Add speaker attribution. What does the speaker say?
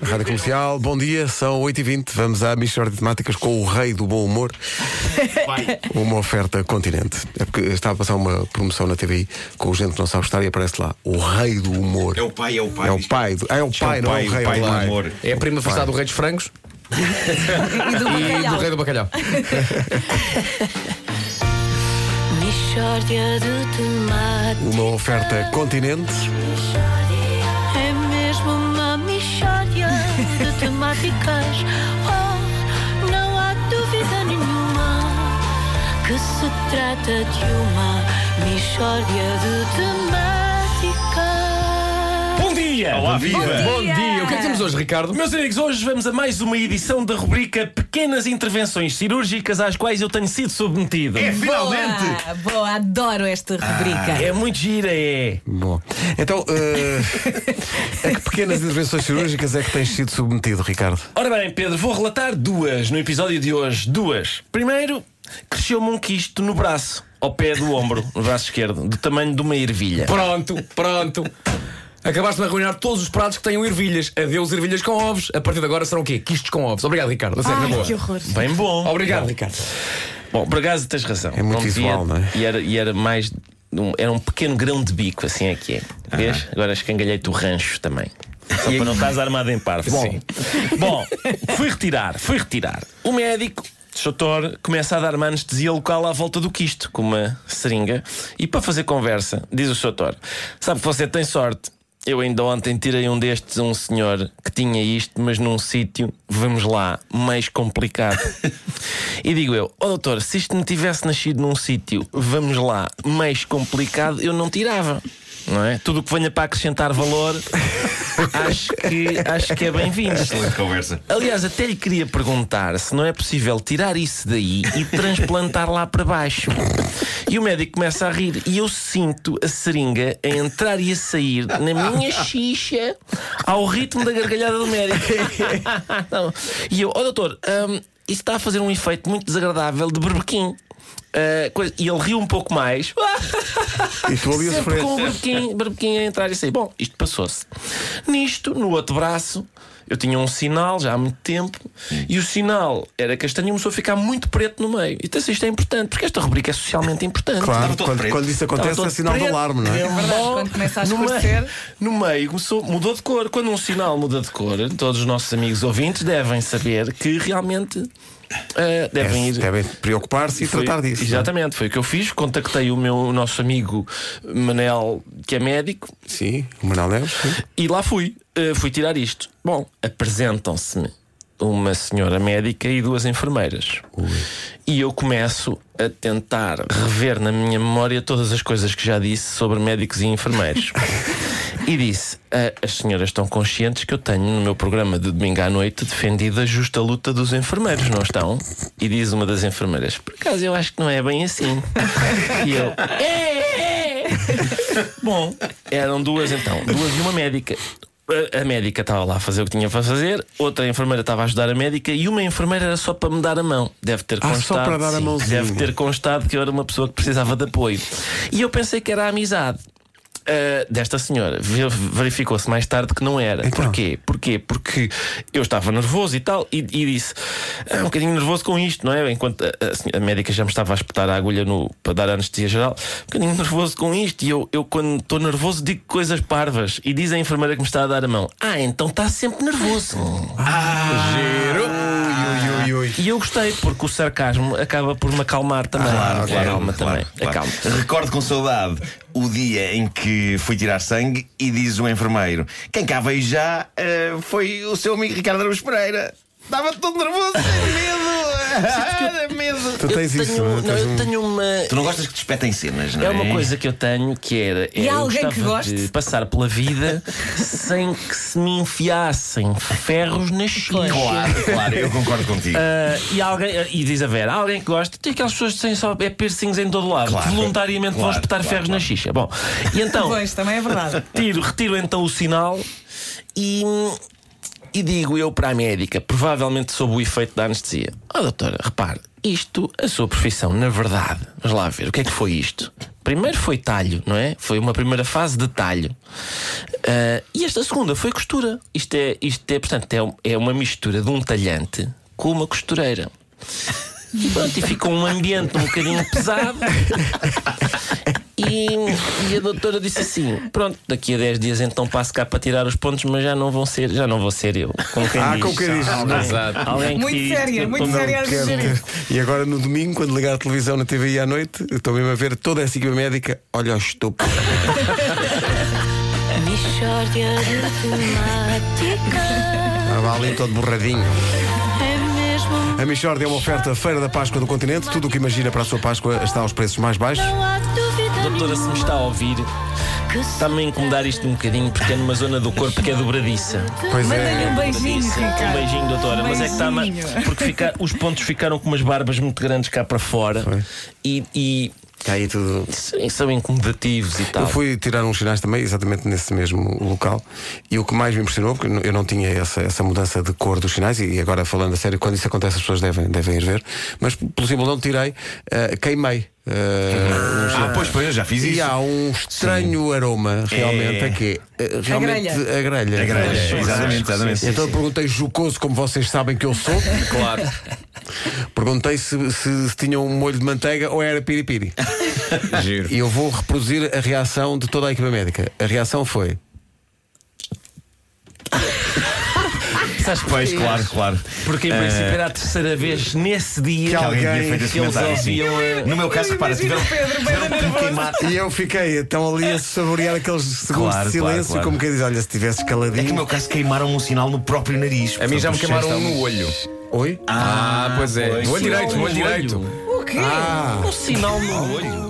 Speaker 1: Rádio Comercial, bom dia, são 8h20, vamos à Michordia de Temáticas com o rei do bom humor. Uma oferta continente. É porque estava a passar uma promoção na TV com o gente que não sabe estar e aparece lá o rei do humor.
Speaker 2: É o pai, é o pai.
Speaker 1: É o pai, do- ah, é o pai, não é o rei
Speaker 2: pai
Speaker 1: é o
Speaker 2: do
Speaker 1: pai.
Speaker 2: humor.
Speaker 3: É a prima afastada do Rei dos Frangos
Speaker 4: E do
Speaker 3: e do
Speaker 4: bacalhau.
Speaker 3: Rei É do Bacalhau.
Speaker 5: Mishória de temáticas
Speaker 1: Uma oferta continente.
Speaker 5: É mesmo uma mishória de temáticas Oh, não há dúvida nenhuma Que se trata de uma mishória de temáticas
Speaker 6: Bom dia!
Speaker 2: Olá, viva!
Speaker 3: Bom dia, o que é que temos hoje, Ricardo?
Speaker 6: Meus amigos, hoje vamos a mais uma edição da rubrica Pequenas Intervenções Cirúrgicas às quais eu tenho sido submetido.
Speaker 2: É, finalmente!
Speaker 4: Boa, Ah, boa, adoro esta rubrica.
Speaker 6: É muito gira, é.
Speaker 1: Bom. Então, eh, a que pequenas intervenções cirúrgicas é que tens sido submetido, Ricardo?
Speaker 6: Ora bem, Pedro, vou relatar duas no episódio de hoje. Duas. Primeiro, cresceu-me um quisto no braço, ao pé do ombro, no braço esquerdo, do tamanho de uma ervilha.
Speaker 3: Pronto, pronto. Acabaste de arruinar todos os pratos que tenham ervilhas. Adeus, ervilhas com ovos. A partir de agora serão o quê? Quistos com ovos. Obrigado, Ricardo. A sério, na
Speaker 4: Ai,
Speaker 3: Ah, é boa.
Speaker 4: que horror.
Speaker 6: Bem bom.
Speaker 3: Obrigado, Ricardo.
Speaker 6: Bom, por acaso tens razão.
Speaker 1: É muito
Speaker 6: devia-
Speaker 1: visual, não é?
Speaker 6: E era, e era mais. um- era um pequeno grão de bico, assim é que é. Vês? Agora escangalhei-te o rancho também. Só para não estás armado em parvo. Bom, Bom fui retirar, fui retirar. O médico. Doutor começa a dar-me anestesia local à volta do quisto, com uma seringa, e para fazer conversa, diz o doutor: Sabe que você tem sorte. Eu ainda ontem tirei um destes a um senhor que tinha isto, mas num sítio, vamos lá, mais complicado. e digo eu, oh doutor, se isto me tivesse nascido num sítio, vamos lá, mais complicado, eu não tirava. Não é? Tudo o que venha para acrescentar valor, acho que, acho que é bem-vindo.
Speaker 2: Excelente conversa.
Speaker 6: Aliás, até lhe queria perguntar se não é possível tirar isso daí e transplantar lá para baixo. E o médico começa a rir e eu sinto a seringa a entrar e a sair na minha xixa ao ritmo da gargalhada do médico. Não. E eu, ó doutor, hum, isso está a fazer um efeito muito desagradável de berbequim. Ah, coisa- E ele riu um pouco mais.
Speaker 1: E tu ali a
Speaker 6: Sempre
Speaker 1: sofrer.
Speaker 6: com o berbequim, berbequim a entrar e sair. Bom, isto passou-se. Nisto, no outro braço, eu tinha um sinal já há muito tempo e o sinal era castanho e começou a ficar muito preto no meio. Então, isto é importante, porque esta rubrica é socialmente importante.
Speaker 1: Claro,
Speaker 2: todo
Speaker 1: quando,
Speaker 2: preto.
Speaker 1: quando isso acontece é
Speaker 6: Estava todo
Speaker 1: sinal de
Speaker 6: preto.
Speaker 1: alarme, não é?
Speaker 6: Bom,
Speaker 4: Quando começa a
Speaker 6: no meio-
Speaker 4: escurecer.
Speaker 6: No meio começou, mudou de cor. Quando um sinal muda de cor, todos os nossos amigos ouvintes devem saber que realmente ah, devem
Speaker 1: É,
Speaker 6: ir
Speaker 1: devem preocupar-se e
Speaker 6: Foi-
Speaker 1: tratar disso. não é?
Speaker 6: Exatamente, foi o que eu fiz. Contactei o meu o nosso amigo Manel, que é médico,
Speaker 1: Sim, o Manuel Neves. sim.
Speaker 6: e lá fui. Eh, fui tirar isto. Bom, apresentam-se-me uma senhora médica e duas enfermeiras. E eu começo a tentar rever na minha memória todas as coisas que já disse sobre médicos e enfermeiros. e disse: "Ah, As senhoras estão conscientes que eu tenho no meu programa de domingo à noite defendido a justa luta dos enfermeiros, não estão? E diz uma das enfermeiras: Por acaso eu acho que não é bem assim. e eu: É, é, é. Bom, eram duas então, duas e uma médica. A- A médica estava lá a fazer o que tinha para fazer, outra enfermeira estava a ajudar a médica e uma enfermeira era só para me dar a mão. Deve ter
Speaker 1: Ah, só
Speaker 6: constado.
Speaker 1: para dar a
Speaker 6: sim,
Speaker 1: mãozinha.
Speaker 6: Deve ter constado que eu era uma pessoa que precisava de apoio. E eu pensei que era a amizade. ah, desta senhora Ve- verificou-se mais tarde que não era.
Speaker 1: Então.
Speaker 6: Porquê? Porquê? Porque eu estava nervoso e tal, e, e disse "Ah, um bocadinho nervoso com isto, não é? Enquanto a, a senhora- a médica já me estava a espetar a agulha no, para dar anestesia geral, um bocadinho nervoso com isto, e eu, eu quando estou nervoso digo coisas parvas, e diz a enfermeira que me está a dar a mão: Ah, então está sempre nervoso.
Speaker 1: Ui, ui, ui.
Speaker 6: E eu gostei, porque o sarcasmo acaba por me acalmar
Speaker 2: Ah,
Speaker 6: também. Acalma também. Acalma.
Speaker 2: Recordo com saudade o dia em que fui tirar sangue e diz o enfermeiro: Quem cá veio já eh, foi o seu amigo Ricardo Araújo Pereira. Estava todo nervoso, sem medo. Ah, era medo.
Speaker 1: Tu tens
Speaker 6: eu
Speaker 1: isso,
Speaker 6: tenho,
Speaker 1: não é?
Speaker 6: não,
Speaker 1: Tens
Speaker 6: eu
Speaker 1: um-
Speaker 6: tenho uma.
Speaker 2: Tu não gostas que te espetem cenas, não é?
Speaker 6: É uma coisa que eu tenho que era.
Speaker 4: E há
Speaker 6: era- eu
Speaker 4: alguém que
Speaker 6: gostava
Speaker 4: goste?
Speaker 6: De passar pela vida sem que se me enfiassem ferros na xixa.
Speaker 2: Claro, claro, eu concordo contigo.
Speaker 6: Ah, e, alguém, e diz a Vera, há alguém que gosta, tem aquelas pessoas que têm só é piercings em todo lado,
Speaker 2: Claro.
Speaker 6: que voluntariamente vão
Speaker 2: Claro,
Speaker 6: espetar
Speaker 2: claro,
Speaker 6: ferros
Speaker 2: claro.
Speaker 6: na xixa. Bom, e então,
Speaker 4: Pois, também é verdade.
Speaker 6: Tiro, retiro então o sinal e, e digo eu para a médica, provavelmente sob o efeito da anestesia: Ó doutora, repare, isto, a sua profissão, na verdade, vamos lá ver, o que é que foi isto? Primeiro foi talho, não é? Foi uma primeira fase de talho. Ah, e esta segunda foi costura. Isto é, isto é portanto, é, um- é uma mistura de um talhante com uma costureira. E pronto, e ficou um ambiente um bocadinho pesado. E, e a doutora disse assim: Pronto, daqui a 10 dias então passo cá para tirar os pontos, mas já não vão ser, já não vou ser eu. Com quem
Speaker 1: Ah,
Speaker 6: diz.
Speaker 1: com quem diz.
Speaker 3: Exato.
Speaker 6: Alguém que
Speaker 4: Muito
Speaker 6: diz,
Speaker 4: séria,
Speaker 6: tipo,
Speaker 4: muito
Speaker 6: não-
Speaker 4: séria a
Speaker 1: Quero
Speaker 4: dizer
Speaker 1: ter-
Speaker 4: isso.
Speaker 1: E agora no domingo, quando ligar a televisão na TVI à noite, eu estou mesmo a ver toda essa equipa médica. Olha o estúpido.
Speaker 5: Mishória de temáticas
Speaker 1: Estava Ah, ali todo borradinho.
Speaker 5: É mesmo
Speaker 1: A Michord é uma oferta Feira da Páscoa do Continente. Tudo o que imagina para a sua Páscoa está aos preços mais baixos.
Speaker 5: Não há dúvida
Speaker 6: Doutora, se me está a ouvir,
Speaker 5: que
Speaker 6: está-me a incomodar isto um bocadinho, porque é numa zona do corpo que é dobradiça.
Speaker 1: Pois
Speaker 4: Manda-lhe
Speaker 1: é.
Speaker 4: um beijinho,
Speaker 6: Dobradiça. Um
Speaker 4: Ricardo.
Speaker 6: beijinho, doutora. Mas é que está
Speaker 4: Beijinho.
Speaker 6: Porque fica- os pontos ficaram com umas barbas muito grandes cá para fora e, e
Speaker 1: Está aí tudo.
Speaker 6: são incomodativos e tal.
Speaker 1: Eu fui tirar uns sinais também, exatamente nesse mesmo local. E o que mais me impressionou, porque eu não tinha essa, essa mudança de cor dos sinais, e agora falando a sério, quando isso acontece as pessoas devem, devem ir ver, mas pelo simples não tirei, ah, queimei. ah, uns
Speaker 2: Ah, pois, pois, eu já fiz
Speaker 1: E
Speaker 2: isso.
Speaker 1: há um estranho aroma realmente
Speaker 2: É.
Speaker 1: aqui. Eh, Realmente
Speaker 4: grelha.
Speaker 1: a grelha.
Speaker 2: A grelha, exatamente, exatamente.
Speaker 1: Então eu perguntei jocoso, como vocês sabem que eu sou.
Speaker 3: Claro.
Speaker 1: Perguntei se, se, se tinham um molho de manteiga ou era piripiri.
Speaker 3: Giro.
Speaker 1: E eu vou reproduzir a reação de toda a equipa médica. A reação foi.
Speaker 6: Sabes
Speaker 2: Pois,
Speaker 6: porquê?
Speaker 2: claro, claro.
Speaker 6: Porque em
Speaker 2: Eh,
Speaker 6: princípio era a terceira vez nesse dia
Speaker 1: que
Speaker 2: Que alguém tinha
Speaker 1: alguém
Speaker 2: feito esse
Speaker 6: que eles
Speaker 2: comentário. sim.
Speaker 6: ouviam. eh,
Speaker 2: No meu caso, repara,
Speaker 4: Imagina
Speaker 2: tiveram,
Speaker 4: o Pedro,
Speaker 2: tiveram um
Speaker 4: bem
Speaker 2: tudo
Speaker 4: nervoso.
Speaker 2: queimado.
Speaker 1: E eu fiquei então ali a saborear aqueles segundos
Speaker 2: Claro,
Speaker 1: de silêncio,
Speaker 2: claro, claro.
Speaker 1: como quem diz: olha, se tivesse
Speaker 2: É que
Speaker 1: caladinho.
Speaker 2: no meu caso queimaram um sinal no próprio nariz.
Speaker 3: A mim já me
Speaker 2: portanto,
Speaker 3: queimaram um
Speaker 2: estão-
Speaker 3: no olho.
Speaker 1: Oi?
Speaker 3: Ah, pois é.
Speaker 2: pois.
Speaker 3: No olho direito, no olho
Speaker 6: Sinal no
Speaker 3: direito.
Speaker 4: O quê?
Speaker 1: Ah!
Speaker 6: Um sinal no olho.